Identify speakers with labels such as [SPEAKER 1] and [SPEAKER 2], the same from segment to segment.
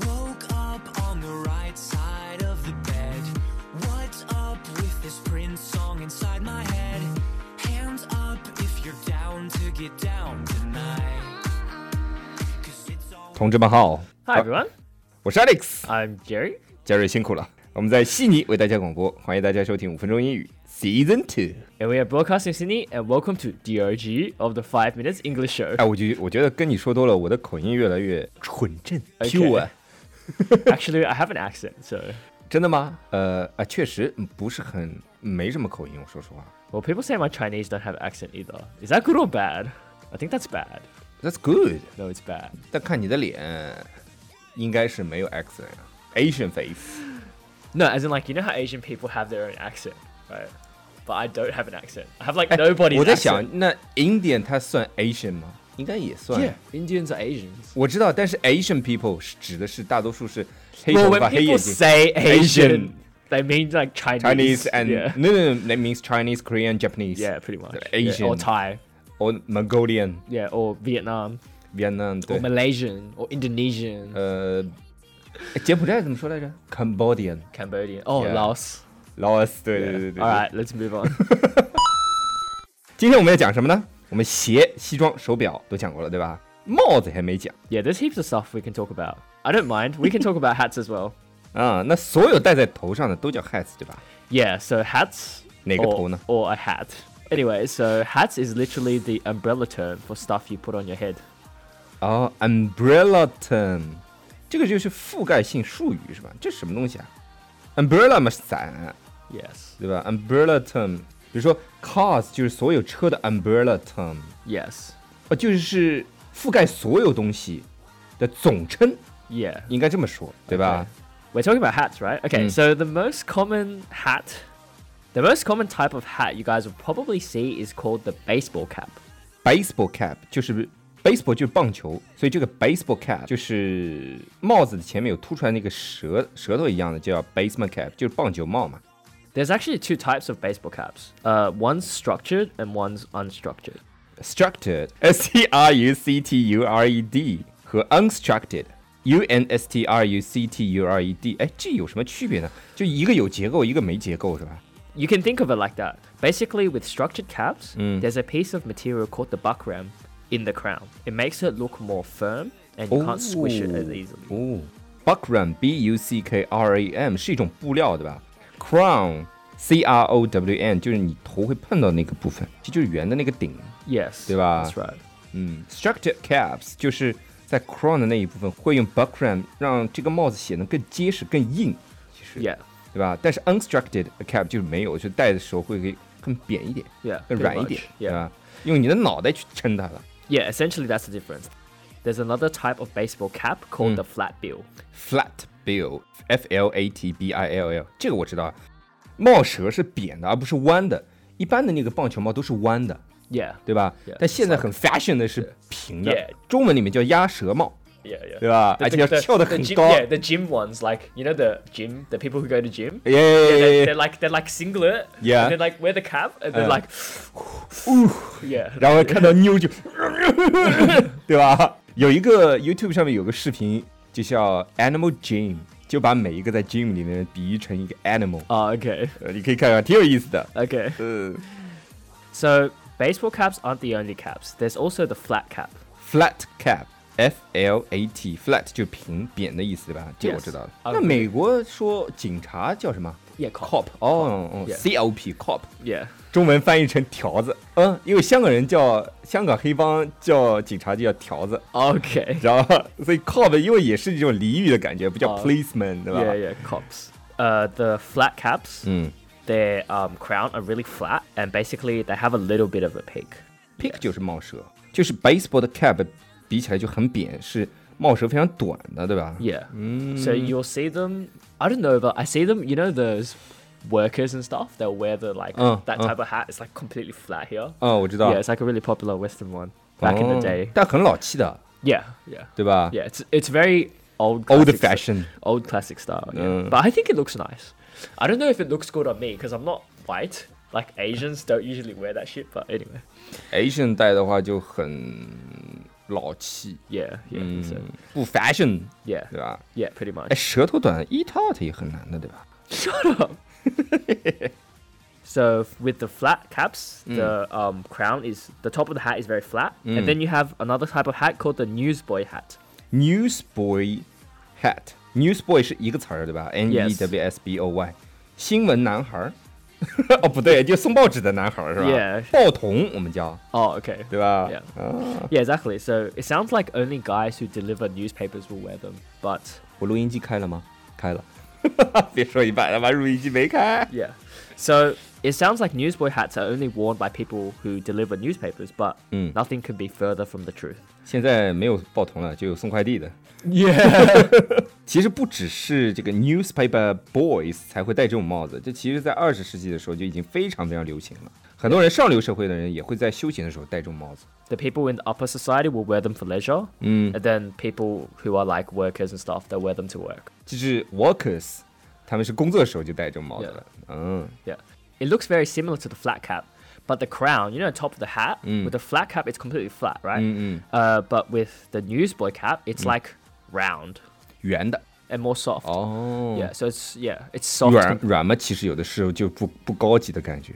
[SPEAKER 1] Woke up on the right side of the bed. What's up with this Prince song inside my head? Hands up if you're down to get down tonight. Cause it's all
[SPEAKER 2] 同志们好，
[SPEAKER 3] Hi everyone,
[SPEAKER 2] 我是 Alex，
[SPEAKER 3] I'm Jerry.
[SPEAKER 2] 杰瑞辛苦了。我们在悉尼为大家广播，欢迎大家收听五分钟英语 Season Two。
[SPEAKER 3] And we are broadcasting Sydney and welcome to DRG of the 5 Minutes English Show.
[SPEAKER 2] 哎，我觉我觉得跟你说多了，我的口音越来越哎纯正
[SPEAKER 3] OK
[SPEAKER 2] pure。
[SPEAKER 3] Actually, I have an accent, so
[SPEAKER 2] 真的吗？呃啊，确实不是很没什么口音。我说实话
[SPEAKER 3] well people say my Chinese don't have accent either. Is that good or bad? I think that's bad.
[SPEAKER 2] ，That's good。
[SPEAKER 3] No, it's bad.
[SPEAKER 2] 但看你的脸，应该是没有 accent 啊，Asian face。
[SPEAKER 3] No, as in like you know how Asian people have their own accent, right? But I don't have an accent. I have like
[SPEAKER 2] Eh,
[SPEAKER 3] nobody's
[SPEAKER 2] 我在
[SPEAKER 3] accent.
[SPEAKER 2] 想，那 Indian 它算 Asian 吗？应该也算。
[SPEAKER 3] Yeah, Indians are Asians.
[SPEAKER 2] 我知道，但是 Asian people 是指的是大多数是黑
[SPEAKER 3] well,
[SPEAKER 2] 头
[SPEAKER 3] when
[SPEAKER 2] 发、黑
[SPEAKER 3] people
[SPEAKER 2] 眼睛。
[SPEAKER 3] say Asian,
[SPEAKER 2] Asian.
[SPEAKER 3] they mean like Chinese.
[SPEAKER 2] Chinese and
[SPEAKER 3] yeah,
[SPEAKER 2] no, no, no, that means Chinese, Korean, Japanese,
[SPEAKER 3] yeah, pretty much.
[SPEAKER 2] They're
[SPEAKER 3] Yeah,
[SPEAKER 2] Asian.
[SPEAKER 3] or Thai,
[SPEAKER 2] or Mongolian,
[SPEAKER 3] yeah, or Vietnam.
[SPEAKER 2] Vietnam，对，
[SPEAKER 3] or Malaysian or Indonesian,
[SPEAKER 2] 呃，哎柬埔寨怎么说来着？Cambodian,
[SPEAKER 3] Cambodian. Oh,
[SPEAKER 2] yeah.
[SPEAKER 3] Laos.
[SPEAKER 2] Laos，对对对对对。
[SPEAKER 3] All right, let's move on.
[SPEAKER 2] 今天我们要讲什么呢？我们鞋、西装、手表都讲过了，对吧？帽子还没讲
[SPEAKER 3] yeah, there's heaps of stuff we can talk about. I don't mind. We can talk about hats as well.
[SPEAKER 2] 啊、那所有戴在头上的都叫 hats，对吧？
[SPEAKER 3] Yeah, so hats
[SPEAKER 2] 哪个头呢？
[SPEAKER 3] or, or a hat. Anyway, so hats is literally the umbrella term for stuff you put on your head.
[SPEAKER 2] 哦、u m b r e l l a term，这个就是覆盖性术语是吧？这是什么东西啊？umbrella 嘛，伞，
[SPEAKER 3] Yes.
[SPEAKER 2] 对吧？umbrella term，比如说 cars 就是所有车的 umbrella term。
[SPEAKER 3] Yes.
[SPEAKER 2] 哦，就是覆盖所有东西的总称，
[SPEAKER 3] Yeah.
[SPEAKER 2] 应该这么说，对吧
[SPEAKER 3] We're talking about hats, right? Okay,
[SPEAKER 2] Mm.
[SPEAKER 3] so the most common hat, the most common type of hat you guys will probably see is called the baseball cap.
[SPEAKER 2] ？Baseball cap 就是 baseball 就是棒球，所以这个 baseball cap 就是帽子的前面有凸出来那个舌舌头一样的，叫 baseball cap，就是棒球帽嘛。
[SPEAKER 3] There's actually two types of baseball caps. Uh, one's structured and one's unstructured.
[SPEAKER 2] Structured S T R U C T U R E D 和 unstructured U N S T R U C T U R E D，哎，这有什么区别呢？就一个有结构，一个没结构，是吧？
[SPEAKER 3] You can think of it like that. Basically, with structured caps,
[SPEAKER 2] Mm.
[SPEAKER 3] there's a piece of material called the buckram in the crown. It makes it look more firm and you can't squish it as easily.
[SPEAKER 2] 哦，buckram b u c k r a m 是一种布料，对吧？crown c r o w n 就是你头会碰到那个部分，这就是圆的那个顶。
[SPEAKER 3] Yes.
[SPEAKER 2] 对吧？
[SPEAKER 3] That's right.
[SPEAKER 2] 嗯，structured caps 就是在 crown 的那一部分会用 buckram 让这个帽子显得更结实、更硬，其实
[SPEAKER 3] Yeah.
[SPEAKER 2] 对吧？但是 unstructured cap 就是没有，就戴的时候会会更扁一点
[SPEAKER 3] Yeah.
[SPEAKER 2] 更
[SPEAKER 3] pretty
[SPEAKER 2] 软一
[SPEAKER 3] much.
[SPEAKER 2] 点，对
[SPEAKER 3] Yeah.
[SPEAKER 2] 吧？用你的脑袋去撑它了。
[SPEAKER 3] Yeah, essentially, that's the difference. There's another type of baseball cap
[SPEAKER 2] Mm.
[SPEAKER 3] called the flat bill.
[SPEAKER 2] flat bill f l a t b i l l，这个我知道啊。帽舌是扁的，而不是弯的。一般的那个棒球帽都是弯的，
[SPEAKER 3] Yeah.
[SPEAKER 2] 对吧
[SPEAKER 3] Yeah，
[SPEAKER 2] 但现在很 fashion 的是平的
[SPEAKER 3] Yeah
[SPEAKER 2] 中文里面叫鸭舌帽，
[SPEAKER 3] Yeah, yeah.
[SPEAKER 2] 对吧？而且要翘得
[SPEAKER 3] the
[SPEAKER 2] 很
[SPEAKER 3] gym,
[SPEAKER 2] 高。
[SPEAKER 3] yeah, the gym ones, like you know the gym, the people who go to gym.
[SPEAKER 2] Yeah, yeah, yeah,
[SPEAKER 3] they're,
[SPEAKER 2] yeah.
[SPEAKER 3] they're like they're like singlet.
[SPEAKER 2] Yeah.
[SPEAKER 3] And they like wear the cap and they're
[SPEAKER 2] Uh.
[SPEAKER 3] like, yeah.
[SPEAKER 2] 然后看到妞就， 对吧？有一个 YouTube 上面有个视频，就叫 Animal Gym，就把每一个在 gym 里面的人比喻成一个 animal，
[SPEAKER 3] Oh, okay,
[SPEAKER 2] 呃，你可以看看，挺有意思的。
[SPEAKER 3] okay.
[SPEAKER 2] 呃
[SPEAKER 3] So baseball caps aren't the only caps. There's also the flat cap.
[SPEAKER 2] flat cap。F L A T flat 就是平扁的意思对吧？这个我
[SPEAKER 3] Yes，
[SPEAKER 2] 知道的。
[SPEAKER 3] I
[SPEAKER 2] 那
[SPEAKER 3] agree
[SPEAKER 2] 美国说警察叫什么
[SPEAKER 3] Yeah,
[SPEAKER 2] ？cop 哦哦
[SPEAKER 3] Yeah
[SPEAKER 2] ，C O P cop
[SPEAKER 3] Yeah.
[SPEAKER 2] 中文翻译成条子。嗯，因为香港人叫香港黑帮叫警察就叫条子，
[SPEAKER 3] Okay.
[SPEAKER 2] 然后所以 cop 因为也是这种俚语的感觉，不叫
[SPEAKER 3] 哦
[SPEAKER 2] policeman 对吧
[SPEAKER 3] Yeah, yeah, cops. Hmm. Uh, the flat caps,
[SPEAKER 2] 嗯
[SPEAKER 3] their um, crown are really flat, and basically they have a little bit of a peak.
[SPEAKER 2] ，pick 就是帽舌，就是 baseball 的 cap 比起来就很扁，是帽舌非常短的，对吧？
[SPEAKER 3] Yeah. So you'll see them. I don't know, but I see them. You know those workers and stuff. They'll wear the like
[SPEAKER 2] Uh,
[SPEAKER 3] that
[SPEAKER 2] uh.
[SPEAKER 3] type of hat. It's like completely flat here.
[SPEAKER 2] 哦，我知道
[SPEAKER 3] Oh, Yeah, it's like a really popular Western one back in the
[SPEAKER 2] 哦
[SPEAKER 3] day.
[SPEAKER 2] 但很老气的，
[SPEAKER 3] Yeah, yeah,
[SPEAKER 2] 对吧
[SPEAKER 3] yeah. It's it's very old, Uh.
[SPEAKER 2] ？old
[SPEAKER 3] classic st-
[SPEAKER 2] fashion。
[SPEAKER 3] old classic style. Yeah.
[SPEAKER 2] Mm.
[SPEAKER 3] But I think it looks nice. I don't know if it looks good on me because I'm not white. Like Asians don't usually wear that shit. But anyway,
[SPEAKER 2] Asian 戴的话就很老气，
[SPEAKER 3] yeah, yeah, I
[SPEAKER 2] 嗯
[SPEAKER 3] think so.，
[SPEAKER 2] 不 fashion，
[SPEAKER 3] Mm. yeah,
[SPEAKER 2] 对吧？
[SPEAKER 3] yeah, pretty
[SPEAKER 2] 哎，
[SPEAKER 3] much.
[SPEAKER 2] 舌头短 eat out 也很难的，对吧？
[SPEAKER 3] So f- with the flat caps, the um, crown is the top of the hat is very flat, and then you have another type of hat called the newsboy hat.
[SPEAKER 2] Newsboy hat，Newsboy 是一个词儿对吧？N E
[SPEAKER 3] Yes
[SPEAKER 2] W S B O Y，新闻男孩儿。 哦，不对，就送报纸的男孩儿是吧
[SPEAKER 3] Yeah
[SPEAKER 2] 报童我们叫，
[SPEAKER 3] Oh, okay.
[SPEAKER 2] 对吧
[SPEAKER 3] Yeah.
[SPEAKER 2] 啊，
[SPEAKER 3] Yeah, exactly. So it sounds like only guys who deliver newspapers will wear them, but
[SPEAKER 2] 我录音机开了吗？开了。 别说一半，他妈录音机没开。
[SPEAKER 3] Yeah. So it sounds like newsboy hats are only worn by people who deliver newspapers, but
[SPEAKER 2] Mm.
[SPEAKER 3] nothing could be further from the truth.
[SPEAKER 2] 现在没有报童了，就有送快递的。
[SPEAKER 3] Yeah.
[SPEAKER 2] 其实不只是这个 newspaper boys 才会戴这种帽子，这其实在二十世纪的时候就已经非常非常流行了。很多人上流社会的人也会在休闲的时候戴这种帽子。
[SPEAKER 3] the people in the upper society will wear them for leisure, and then people who are like workers and stuff, they'll wear them to work.
[SPEAKER 2] 就是 workers，他们是工作的时候就戴这种帽子了。嗯，
[SPEAKER 3] Yeah. It looks very similar to the flat cap, but the crown, you know, top of the hat, with the flat cap, it's completely flat, right? Uh, but with the newsboy cap, it's like round
[SPEAKER 2] 圆的
[SPEAKER 3] and more soft.
[SPEAKER 2] Oh. 哦
[SPEAKER 3] Yeah, so it's yeah, it's soft.
[SPEAKER 2] 软
[SPEAKER 3] and-
[SPEAKER 2] 软嘛，其实有的时候就不不高级的感觉。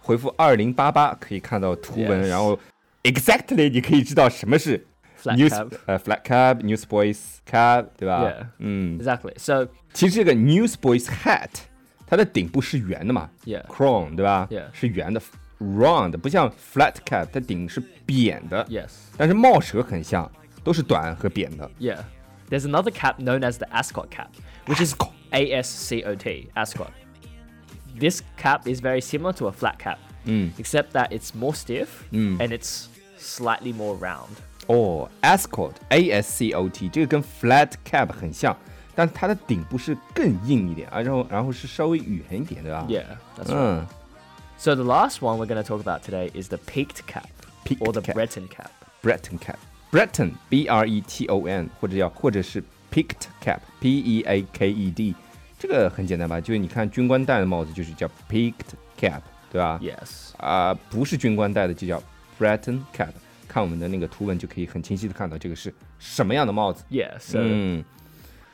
[SPEAKER 2] 回复二零八八可以看到图文
[SPEAKER 3] Yes
[SPEAKER 2] 然后 exactly 你可以知道什么是
[SPEAKER 3] Flat
[SPEAKER 2] news
[SPEAKER 3] cap
[SPEAKER 2] 呃 flat cap newsboys cap 对吧
[SPEAKER 3] Yeah
[SPEAKER 2] 嗯。
[SPEAKER 3] Exactly. So
[SPEAKER 2] 其实这个 Newsboys hat，它的顶部是圆的嘛
[SPEAKER 3] Yeah
[SPEAKER 2] crown 对吧
[SPEAKER 3] Yeah
[SPEAKER 2] 是圆的，round 不像 flat cap，它顶是扁的
[SPEAKER 3] yes.
[SPEAKER 2] 但是帽舌很像，都是短和扁的。
[SPEAKER 3] Yeah. There's another cap known as the ascot cap, which
[SPEAKER 2] Ascot.
[SPEAKER 3] is A S C O T, ascot. This cap is very similar to a flat cap, except that it's more stiff and it's slightly more round.
[SPEAKER 2] 哦、a s c o t A S C O T，这个跟 flat cap 很像，但是它的顶部是更硬一点啊，然后然后是稍微圆一点，啊对吧
[SPEAKER 3] Yeah, that's right.
[SPEAKER 2] 嗯
[SPEAKER 3] Ah. So the last one we're going to talk about today is the peaked cap
[SPEAKER 2] Peaked
[SPEAKER 3] or the
[SPEAKER 2] cap.
[SPEAKER 3] Breton cap.
[SPEAKER 2] ，Breton cap，Breton B R E T O N，或者叫或者是 picked cap P E A K E D，这个很简单吧？就是你看军官戴的帽子就是叫 picked cap，对吧？
[SPEAKER 3] Yes.
[SPEAKER 2] 啊、不是军官戴的就叫 Breton cap。看我们的那个图文就可以很清晰的看到这个是什么样的帽子。
[SPEAKER 3] Yeah, so
[SPEAKER 2] 嗯，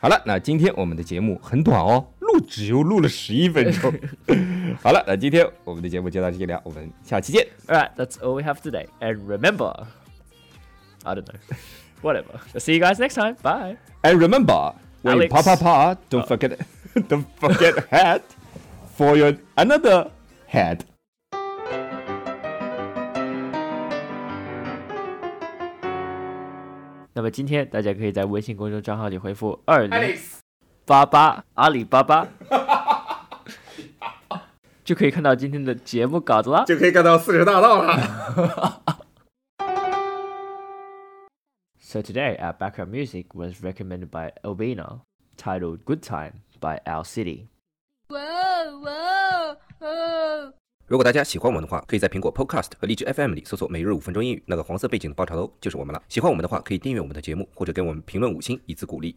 [SPEAKER 2] 好了，那今天我们的节目很短哦，录只又录了十一分钟。 好了，那今天我们的节目就到这里了，我们下期见。
[SPEAKER 3] all right, that's all we have today. And remember, I don't know. Whatever. I'll see you guys next time. Bye.
[SPEAKER 2] And remember, when you
[SPEAKER 3] Alex.
[SPEAKER 2] pa pa pa, don't forget, don't forget hat for your another hat. Alex.
[SPEAKER 3] 那么今天大家可以在微信公众账号里回复“二零八八阿里巴巴”， 就可以看到今天的节目稿子了。
[SPEAKER 2] 就可以看到四十大盗了。
[SPEAKER 3] So today our background music was recommended by Albina, titled "Good Time" by Our City.
[SPEAKER 4] Whoa, whoa, oh. whoa.
[SPEAKER 5] 如果大家喜欢我们的话，可以在苹果 Podcast 和荔枝 FM 里搜索“每日五分钟英语”，那个黄色背景的爆炒头就是我们了。喜欢我们的话，可以订阅我们的节目，或者给我们评论五星以资鼓励。